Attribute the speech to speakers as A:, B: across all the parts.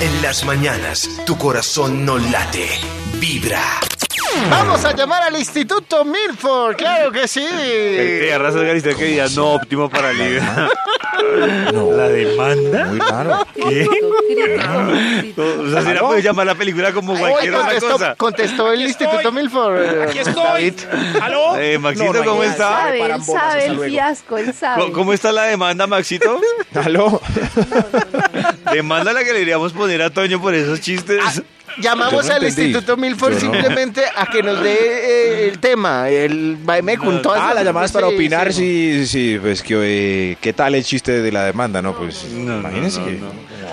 A: En las mañanas, tu corazón no late, vibra.
B: Vamos a llamar al Instituto Milford, claro que sí.
C: Eh,
D: Ella raza de Galicia que diga no óptimo para ligar. ¿La demanda?
C: Muy raro.
D: ¿Qué? Eh, O sea, será puede llamar la película como
B: Hoy
D: cualquier otra
B: contestó,
D: cosa.
B: contestó el Instituto Milford.
E: Aquí estoy. ¿Aló?
D: Eh, Maxito,
E: No, no,
D: ¿cómo
E: ya
D: está?
F: sabe, él
E: Parambolas,
F: sabe
E: hasta
F: el
E: luego.
F: fiasco, él sabe.
D: ¿Cómo- ¿Cómo está la demanda, Maxito?
C: ¿Aló?
D: Demanda la que le iríamos poner a Toño por esos chistes.
B: Ah. Llamamos
C: Yo no
B: al
C: entendí.
B: Instituto Milford
C: Yo no.
B: simplemente a que nos dé eh, el tema, el vaimecum. todas
C: Ah,
B: esas-
C: la llamada es para
B: sí,
C: opinar,
B: sí.
C: sí, sí, pues que, eh, ¿qué tal el chiste de la demanda, no? Pues imagínense que...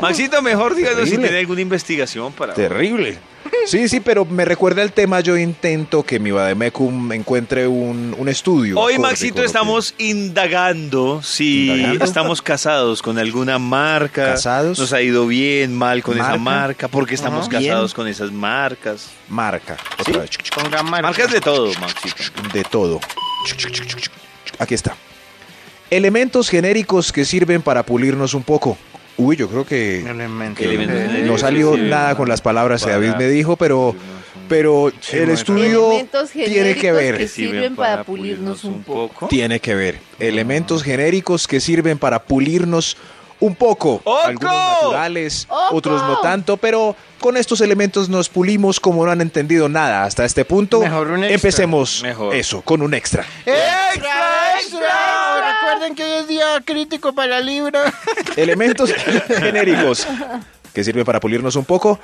D: Maxito, mejor díganos si
C: Horrible.
D: tiene alguna investigación para.
C: Terrible. Sí, sí, pero me recuerda el tema, yo intento que mi Bademecum encuentre un, un estudio.
D: Hoy,
C: acorde con
D: Maxito,
C: lo que-
D: estamos indagando si
C: ¿Indagando?
D: estamos casados con alguna marca.
C: ¿Casados?
D: Nos ha ido bien, mal con esa
C: ¿Marca?
D: marca. ¿Por qué estamos
C: Ajá.
D: casados con esas marcas?
C: Marca. otra vez, chuc, chuc,
B: Ponga marca.
D: Marcas de todo, Maxito.
C: chuc, De todo. Chuc, chuc, chuc, chuc, chuc. Aquí está. Elementos genéricos que sirven para pulirnos un poco. Uy, yo creo que...
B: Elemento.
C: que
D: Elementos
C: Eh, no
D: genéricos
C: salió
D: que sirven
C: nada con las palabras que
D: para-
C: David me dijo, pero, pero el estudio
F: Elementos
C: tiene que
F: genéricos
C: ver.
F: que sirven para pulirnos un poco.
C: Tiene que ver. Elementos genéricos que sirven para pulirnos un poco.
D: ¡Oco!
C: Algunos naturales, otros no tanto, pero con estos elementos nos pulimos como no han entendido nada hasta este punto.
B: Mejor un extra.
C: Empecemos
D: Mejor.
C: eso, con un extra.
B: ¡Extra, extra! Recuerden que hoy es día crítico para la Libra.
C: elementos genéricos que sirven para pulirnos un poco.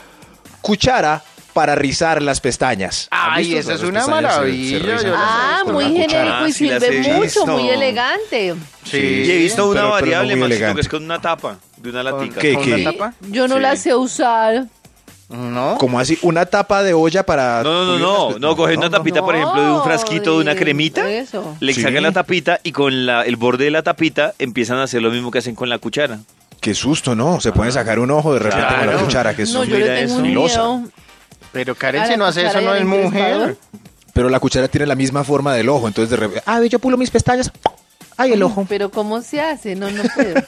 C: Cuchara para rizar las pestañas. ¿Han
B: Ay,
C: visto?
B: eso es
C: Las
B: una
C: pestañas eh, se-
B: maravilla,
C: se rizan
B: yo-
F: Ah,
C: con
F: muy
C: una cuchara.
F: genérico y
D: sí las
F: sirve
D: he
F: mucho,
D: visto.
F: muy elegante.
B: Sí.
D: Y he visto una
C: Pero- pero no
D: variable,
C: muy
D: Maxito,
C: elegante.
D: que es con una tapa, de una latica.
C: ¿Qué,
B: ¿Con
C: qué?
B: la tapa?
F: Yo no
D: Sí.
F: la sé usar.
B: No.
C: Como así, una tapa de olla para.
D: No, no,
C: pulir
D: no, no,
C: las
D: no,
C: pestañas.
D: coges una tapita, por ejemplo, de un
F: No,
D: frasquito, de una cremita,
F: Eso.
D: le
C: Sí.
D: sacan la tapita y con la, el borde de la tapita empiezan a hacer lo mismo que hacen con la cuchara.
C: Qué susto, ¿no? Se pueden sacar un ojo de repente con la
D: Claro.
C: cuchara, qué
F: No,
C: susto.
F: yo le
D: mira
F: tengo
D: eso.
F: un
C: Filosa.
F: miedo.
B: Pero
F: a
B: Karen,
F: la
B: si no hace eso,
F: cuchara
B: no
F: del
B: es mujer.
F: encrespador.
C: Pero la cuchara tiene la misma forma del ojo, entonces de repente. Ah, yo pulo mis pestañas. Ay, el ojo.
F: Pero ¿cómo se hace? No, no puedo.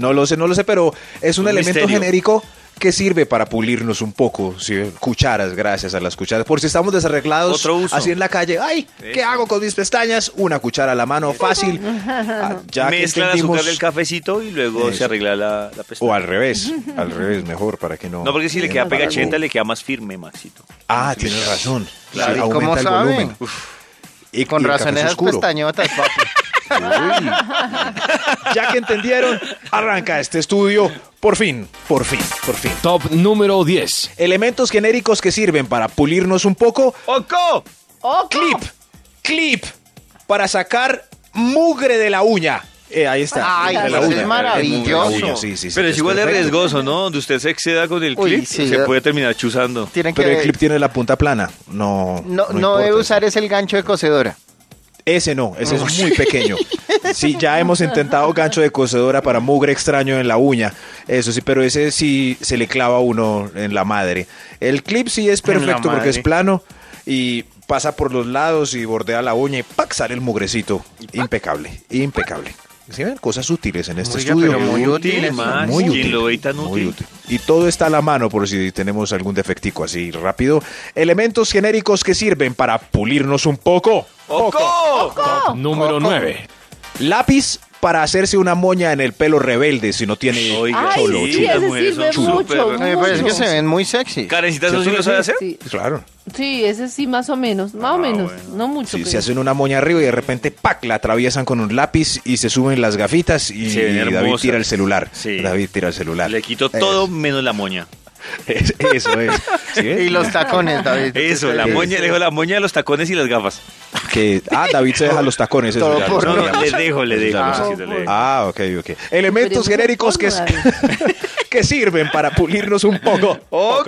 C: No lo sé, no lo sé, pero es un,
D: Ah. Un
C: elemento
D: misterio.
C: genérico que sirve para pulirnos un poco. ¿sí? Cucharas, gracias a las cucharas. Por si estamos desarreglados
D: Otro uso.
C: así en la calle. Ay, ¿qué
D: Eso.
C: hago con mis pestañas? Una cuchara a la mano, fácil. Ah, Ya que
D: Mezcla el azúcar
C: entendimos-
D: del cafecito y luego
C: Eso.
D: se arregla la, la pestaña.
C: O al revés, al revés, mejor, para que no...
D: No, porque si le queda
C: para que-
D: pegachenta, le queda más firme, Maxito.
C: Ah, tienes razón.
B: Claro,
C: Sí,
B: ¿y cómo
C: aumenta el
B: sabe?
C: volumen.
B: Y con
C: y el
B: razón
C: café es
B: esas
C: oscuro.
B: pestañotas, papi.
C: Uy. Ya que entendieron, arranca este estudio. Por fin, por fin, por fin.
G: Top número 10.
C: Elementos genéricos que sirven para pulirnos un poco.
D: ¡Oco!
F: ¡Ojo!
C: Clip, clip, para sacar mugre de la uña. Eh, ahí está.
B: Ay,
C: de la
B: pues
C: uña.
B: es
C: maravilloso.
B: maravilloso.
C: sí, sí, sí,
D: Pero es igual de
C: perfecto.
D: riesgoso, ¿no? Donde usted se exceda con el
B: Uy,
D: clip,
B: sí,
D: se
B: ya.
D: puede terminar chuzando.
B: Tienen
C: Pero
B: que...
C: el clip tiene la punta plana. No.
B: No, no,
C: importa
B: debe
C: eso.
B: usar es el gancho de cocedora.
C: Ese no, ese es muy pequeño. Sí, ya hemos intentado gancho de cocedora para mugre extraño en la uña. Eso sí, pero ese sí se le clava a uno en la madre. El clip sí es
B: En la
C: perfecto porque
B: madre.
C: es plano y pasa por los lados y bordea la uña y ¡pac! sale el mugrecito. Impecable, impecable. ¿Sí ven? Cosas útiles en este
B: Oiga,
C: estudio.
B: pero muy útil,
D: Max.
C: Muy
D: ¿Quién
C: útil,
D: lo ve tan
C: muy
D: útil?
C: útil. Y todo está a la mano por si tenemos algún defectico así rápido. Elementos genéricos que sirven para pulirnos un poco.
D: ¡Oco!
G: Top número 9.
C: Lápiz para hacerse una moña en el pelo rebelde si no tiene
D: Oiga,
F: Ay,
C: cholo,
D: sí,
F: sí,
C: chulo.
F: Ah,
D: las
F: ese
D: mujeres
F: sirve
D: son
F: mucho,
D: súper-
B: Me parece
F: mucho.
B: que se ven muy sexy.
D: ¿Carecita eso sí lo sabe hacer?
F: Sí.
C: Claro.
F: Sí, ese sí, más o menos.
D: Ah,
F: Más o menos. No mucho.
C: Si
F: pero-
C: se hacen una moña arriba y de repente ¡pac! la atraviesan con un lápiz y se suben las gafitas y,
D: Se ven
C: David
D: hermosas.
C: tira el celular.
D: Sí.
C: David tira el celular.
D: Le quito
C: Eso,
D: todo menos la moña.
C: es- Eso es. ¿Sí ven?
B: Y los tacones, David.
D: Eso, la
C: Sí.
D: moña, le dejo la moña de los tacones y las gafas.
C: Que, ah, David se deja los tacones. Eso
B: Todo
C: ya lo
B: por
D: No,
C: sabíamos.
D: no, le dejo, le
C: Eso
D: dejo.
C: ya lo
D: Maxito,
C: sabíamos.
D: le dejo.
C: Ah, ok, ok. Elementos
F: Pero
C: genéricos que,
F: porno,
C: que sirven para pulirnos un poco.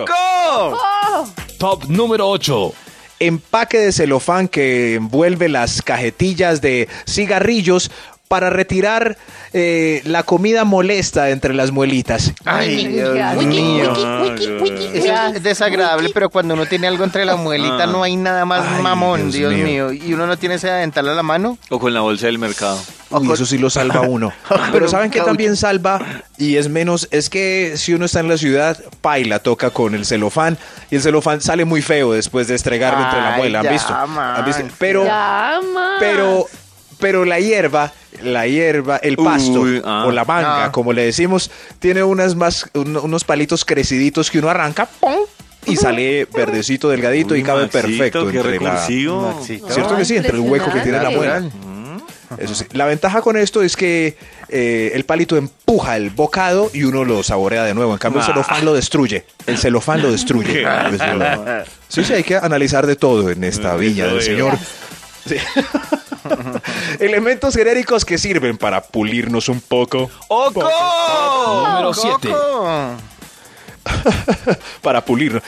D: ¡Oco!
G: Top número 8.
C: empaque de celofán que envuelve las cajetillas de cigarrillos para retirar eh, la comida molesta entre las muelitas.
B: Ay, Dios
F: Wiki,
B: mío. Eso
F: Gracias.
B: es desagradable, pero cuando uno tiene algo entre la
D: Ah.
B: muelita no hay nada más
C: Ay,
B: mamón,
C: Dios
B: Dios, mío. Y uno no tiene ese dental a la mano.
D: O con la bolsa del mercado.
C: Uy, eso sí lo salva a uno. Pero ¿saben qué también salva? Y es menos, es que si uno está en la ciudad, paila, toca con el celofán. Y el celofán sale muy feo después de estregarlo entre la
B: Ay,
C: muela. ¿Han
B: ya,
C: visto? ¿Han visto?
B: man.
C: Pero,
F: Ya, más.
C: pero, pero la hierba, la hierba, el pasto
D: Uy, ah.
C: o la manga,
B: Ah.
C: como le decimos, tiene unas más, un- unos palitos creciditos que uno arranca ¡pum! y sale verdecito, delgadito
D: Uy,
C: y cabe
D: Maxito,
C: perfecto.
D: Qué
C: entre la-
D: recursivo.
F: No,
C: ¿Cierto que sí? Entre el hueco que tiene la
F: impresionante.
C: muela. Eso sí. La ventaja con esto es que eh, el palito empuja el bocado y uno lo saborea de nuevo. En cambio, el
D: Ah.
C: celofán lo destruye. El celofán lo destruye. Es verdad. Sí, sí, hay que analizar de todo en esta
D: Eso
C: viña del
D: es.
C: señor. Sí. Elementos genéricos que sirven para pulirnos un poco,
D: ¡Oco!
G: Número 7.
B: Coco.
C: para pulirnos.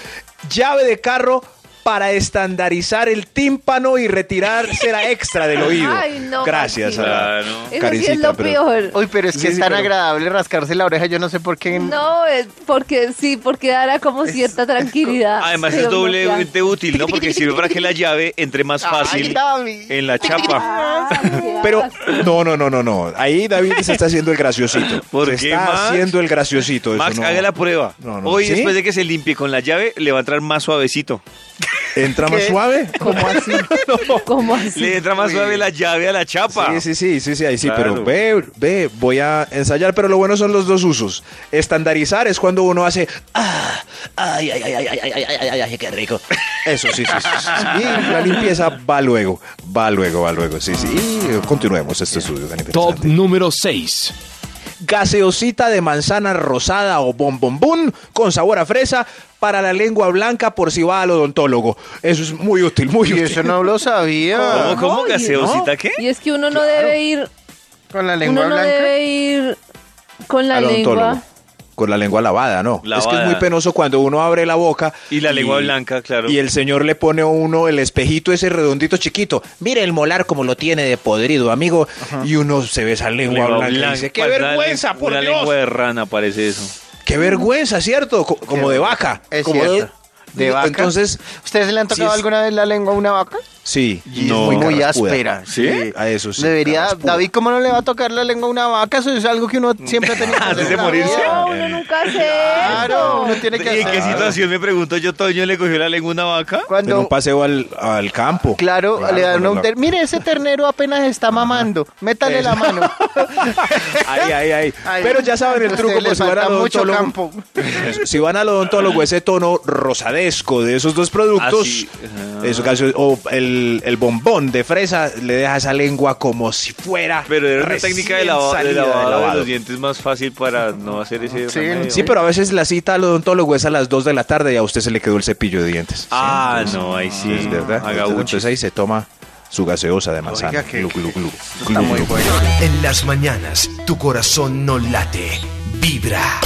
C: Llave de carro para estandarizar el tímpano y retirar cera extra del oído.
F: Ay, no,
C: Gracias a la
D: Maxito. Claro.
F: Eso sí es
C: Karencita,
F: lo
C: pero-
F: peor.
B: Uy, pero es que
C: Sí,
B: es
C: sí,
B: tan
C: pero-
B: agradable rascarse la oreja, yo no sé por qué.
F: No, es porque sí, porque dará como cierta tranquilidad.
D: Además
F: pero
D: es
F: no
D: doblemente útil, ¿no? Porque sirve para que la llave entre más
B: Ay,
D: fácil
B: David.
D: en la chapa.
F: ya. Ay,
C: Pero
F: qué
C: no, no, no, no, no. Ahí David se está haciendo el graciosito.
D: ¿Por
C: se
D: qué,
C: está
D: Max?
C: haciendo el graciosito. eso
D: Max,
C: no.
D: haga la prueba.
C: No, no.
D: Hoy,
C: ¿Sí?
D: después de que se limpie con la llave, le va a entrar más suavecito.
C: ¿Entra más
B: ¿Qué?
C: suave?
F: ¿Cómo así? ¿Cómo así?
D: Le entra más suave la llave a la chapa.
C: Sí, sí, sí, sí, sí, ahí sí,
D: Claro.
C: pero ve, ve, voy a ensayar, pero lo bueno son los dos usos. Estandarizar es cuando uno hace, ah, ay, ay, ay, ay, ay, ay, ay, ay, ay, ay, qué rico. Eso, sí, sí, sí, sí, sí. Y la limpieza va luego, va luego, va luego, sí, sí. Y eh, continuemos este estudio tan
G: Top
C: interesante.
G: número 6.
C: gaseosita de manzana rosada o bombombón con sabor a fresa para la lengua blanca por si va al odontólogo. Eso es muy útil, muy
B: Y
C: útil.
B: eso no lo sabía.
D: ¿Cómo, cómo?
F: Ay,
D: ¿Gaseosita qué?
F: Y es que uno no debe ir,
B: Con la
F: uno
B: lengua
F: no
B: blanca.
F: debe ir con la
C: al odontólogo.
F: lengua.
C: Con la lengua lavada, ¿no? Es que
D: Lavada.
C: es muy penoso cuando uno abre la boca.
D: Y la lengua blanca, claro.
C: Y el señor le pone a uno el espejito ese redondito chiquito. Mire el molar como lo tiene de podrido, amigo. Y uno se ve esa lengua, blanca, y dice, ¡qué
D: Parece una
C: vergüenza,
D: len-
C: por
D: una
C: Dios!
D: lengua de rana parece eso.
C: ¡Qué vergüenza, cierto! Co- Como de vaca.
B: Es
C: como
B: cierto. De vaca.
C: Entonces,
B: ¿Ustedes le han
C: Sí,
B: tocado
C: es-
B: alguna vez la lengua a una vaca?
C: Sí,
B: Y es muy, muy áspera.
C: ¿Sí? A eso Pues sí.
B: Debería,
C: carraspuda.
B: David, ¿cómo no le va a tocar la lengua a una vaca? Eso es algo que uno siempre ha tenido que hacer.
D: Antes de
B: en la
D: morirse.
B: vida.
F: No, uno nunca hace
B: Claro, uno
F: eso.
B: tiene que
D: ¿Y en qué
B: hacer.
D: situación me pregunto yo, Toño, le cogió la lengua a una vaca?
C: En un
B: Cuando,
C: paseo al, al campo.
B: claro, le
C: con
B: dan
C: la-
B: un ter- Mire, ese ternero apenas está mamando. Métale la mano.
C: Ahí, ahí, ahí.
B: Ay,
C: Pero ya saben el
B: a
C: truco,
B: usted le
C: pues si van
B: falta
C: al
B: mucho
C: odontólogo.
B: campo.
C: Si van al odontólogo, ese tono rosadesco de esos dos productos.
D: Así, ajá.
C: eso casi- o el, el bombón de fresa le deja esa lengua como si fuera.
D: Pero era una
C: recién
D: técnica de, lava- de
C: salida
D: lavado de
C: lavado.
D: los dientes más fácil para no hacer ese
B: Sí,
D: remedio.
C: Sí, pero a veces la cita al odontólogo es a las 2 de la tarde y a usted se le quedó el cepillo de dientes.
D: Ah, no, ahí sí.
C: Es verdad.
D: Haga
C: Entonces,
D: buches.
C: entonces ahí se toma su gaseosa de manzana. Glu, glu, glu, glu, glu.
A: En las mañanas, tu corazón no late, vibra.